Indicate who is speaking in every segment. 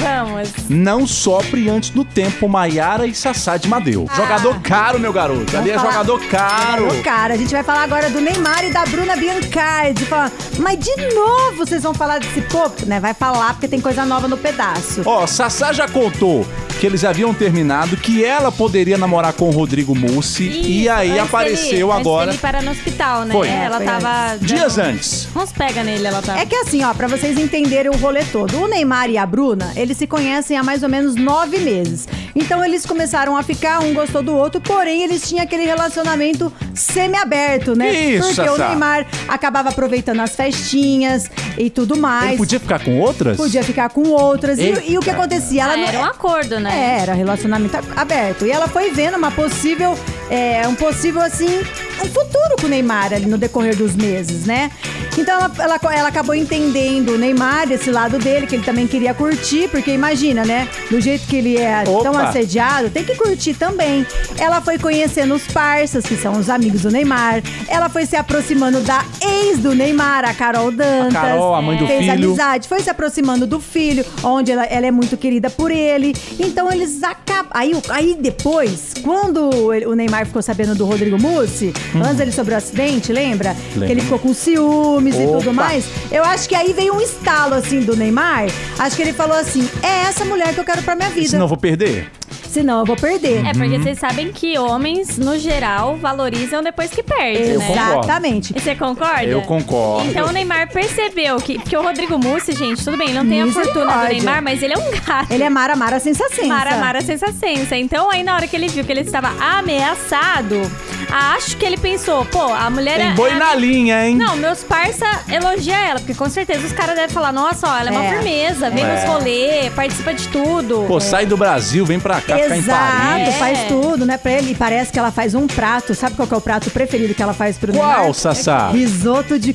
Speaker 1: Não, mas.
Speaker 2: Não sopre antes do tempo, Maiara e Sassá de Madeu.
Speaker 1: Ah.
Speaker 2: Jogador caro, meu garoto. Ali é
Speaker 3: Vamos falar.
Speaker 2: jogador caro.
Speaker 3: Ô, Cara, a gente vai falar agora do Neymar e da Bruna Biancardi. Falar, mas de novo vocês vão falar desse povo, né? Vai falar porque tem coisa nova no pedaço.
Speaker 2: Ó, Sassá já contou que eles haviam terminado, que ela poderia namorar com o Rodrigo Mussi. e
Speaker 1: Isso,
Speaker 2: aí
Speaker 1: antes
Speaker 2: apareceu
Speaker 1: dele-
Speaker 2: agora.
Speaker 1: Antes dele parar no hospital, né?
Speaker 2: Foi.
Speaker 1: Ela
Speaker 3: Foi
Speaker 1: tava.
Speaker 2: Dias antes.
Speaker 1: Uns pega nele, ela tava.
Speaker 3: É que assim, ó, pra vocês entenderem o rolê todo, o Neymar e a Bruna, eles se conhecem há mais ou menos nove meses. Então eles começaram a ficar, um gostou do outro, porém eles tinham aquele relacionamento semi-aberto, né?
Speaker 2: Isso,
Speaker 3: Porque o
Speaker 2: Sassá.
Speaker 3: Neymar acabava aproveitando as festinhas e tudo
Speaker 2: Ele
Speaker 3: mais.
Speaker 2: podia ficar com outras?
Speaker 3: Podia ficar com outras. E, e o que
Speaker 2: Eita.
Speaker 3: acontecia? Ela
Speaker 1: Ah,
Speaker 3: não-
Speaker 1: era um acordo, né?
Speaker 3: É, era relacionamento aberto. E ela foi vendo uma possível, é, um possível assim, um futuro com o Neymar ali no decorrer dos meses, né? Então ela, ela, ela acabou entendendo o Neymar, esse lado dele, que ele também queria curtir, porque imagina, né? Do jeito que ele é
Speaker 2: Opa.
Speaker 3: tão assediado, tem que curtir também. Ela foi conhecendo os parças, que são os amigos do Neymar. Ela foi se aproximando da ex do Neymar, a Carol Dantas.
Speaker 2: Carol, a mãe do
Speaker 3: fez
Speaker 2: filho.
Speaker 3: amizade amizade, foi se aproximando do filho, onde ela, ela é muito querida por ele. Então eles acabam. Aí, o- aí depois, quando ele- o Neymar ficou sabendo do Rodrigo Mussi, antes ele sobre o acidente, lembra?
Speaker 2: Uhum. Lembro.
Speaker 3: Que ele ficou com ciúmes e
Speaker 2: Opa.
Speaker 3: tudo mais. Eu acho que aí veio um estalo assim do Neymar. Acho que ele falou assim: é essa mulher que eu quero pra minha vida.
Speaker 2: Senão eu vou perder.
Speaker 3: Senão eu vou perder.
Speaker 1: É, porque vocês sabem que homens, no geral, valorizam depois que perde, né?
Speaker 2: concordo.
Speaker 3: Exatamente.
Speaker 1: E Você concorda?
Speaker 2: Eu concordo.
Speaker 1: Então o Neymar percebeu que, que o Rodrigo Mussi, gente, tudo bem, ele não tem a fortuna do
Speaker 3: Misericórdia.
Speaker 1: Neymar, mas ele é um gato.
Speaker 3: Ele é Mara Mara sensação.
Speaker 1: Mara Mara Sensacença. Então, aí na hora que ele viu que ele estava ameaçado, acho que ele pensou, pô, a mulher
Speaker 2: Tem
Speaker 1: é-
Speaker 2: boi
Speaker 1: é
Speaker 2: na
Speaker 1: a-
Speaker 2: linha, hein?
Speaker 1: Não, meus parça elogia ela, porque com certeza os caras devem falar, nossa, ó, ela é uma
Speaker 3: É.
Speaker 1: firmeza, vem
Speaker 2: É.
Speaker 1: nos rolê, participa de tudo.
Speaker 2: Pô, sai do Brasil, vem pra cá, ficar em
Speaker 3: Exato,
Speaker 2: Paris.
Speaker 1: É.
Speaker 3: faz tudo, né? Pra ele, E parece que ela faz um prato. Sabe qual que é o prato preferido que ela faz pro
Speaker 2: Qual,
Speaker 3: Neymar?
Speaker 2: Sassá?
Speaker 3: Risoto de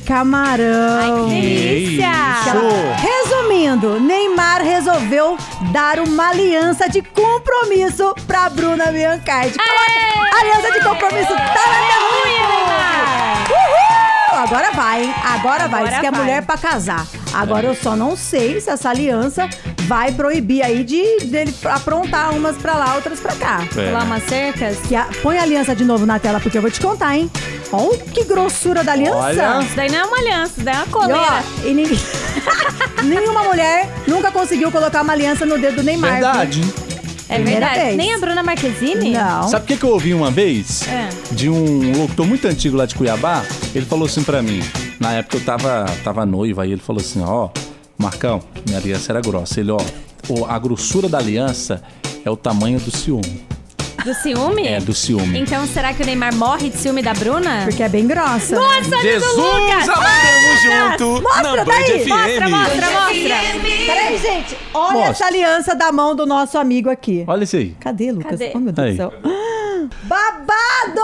Speaker 1: Ai,
Speaker 3: camarão.
Speaker 1: que delícia!
Speaker 2: Que isso!
Speaker 3: Resumindo, Neymar resolveu dar uma aliança de compromisso pra Bruna Biancardi. Coloca, aliança de compromisso tá na minha
Speaker 1: Ui, Neymar!
Speaker 3: Uhul! Agora vai, hein? Agora vai.
Speaker 1: Agora
Speaker 3: Diz que é
Speaker 1: vai.
Speaker 3: mulher pra casar. Agora eu só não sei se essa aliança vai proibir aí de dele aprontar umas pra lá, outras pra cá.
Speaker 2: É.
Speaker 1: Pular umas cercas.
Speaker 3: Que a- põe a aliança de novo na tela, porque eu vou te contar, hein? Olha que grossura da aliança.
Speaker 2: Olha.
Speaker 1: Isso daí não é uma aliança, isso daí é uma
Speaker 3: E,
Speaker 1: coleira.
Speaker 3: ó, e ninguém- Nenhuma mulher nunca conseguiu colocar uma aliança no dedo do Neymar. viu?
Speaker 2: Verdade.
Speaker 1: É
Speaker 3: primeira
Speaker 1: verdade.
Speaker 3: vez.
Speaker 1: Nem a Bruna Marquezine?
Speaker 3: Não.
Speaker 2: Sabe o que, que eu ouvi uma vez?
Speaker 1: É.
Speaker 2: De um locutor muito antigo lá de Cuiabá. Ele falou assim pra mim. Na época eu tava, tava noiva aí ele falou assim: Ó, Marcão, minha aliança era grossa. Ele, ó, o- a grossura da aliança é o tamanho do ciúme.
Speaker 1: Do ciúme?
Speaker 2: É, do ciúme.
Speaker 1: Então será que o Neymar morre de ciúme da Bruna?
Speaker 3: Porque é bem grossa.
Speaker 1: Nossa, amigo Lucas!
Speaker 4: Amamos junto
Speaker 3: Mostra
Speaker 4: na
Speaker 3: daí,
Speaker 4: Band
Speaker 1: Mostra,
Speaker 4: FM.
Speaker 1: mostra, mostra.
Speaker 3: Peraí, gente. Olha
Speaker 2: Mostra.
Speaker 3: essa aliança da mão do nosso amigo aqui. Oh,
Speaker 2: Olha isso aí.
Speaker 3: Cadê, Lucas?
Speaker 1: Cadê?
Speaker 3: Oh, meu Deus
Speaker 2: Aí.
Speaker 3: do céu. Babado!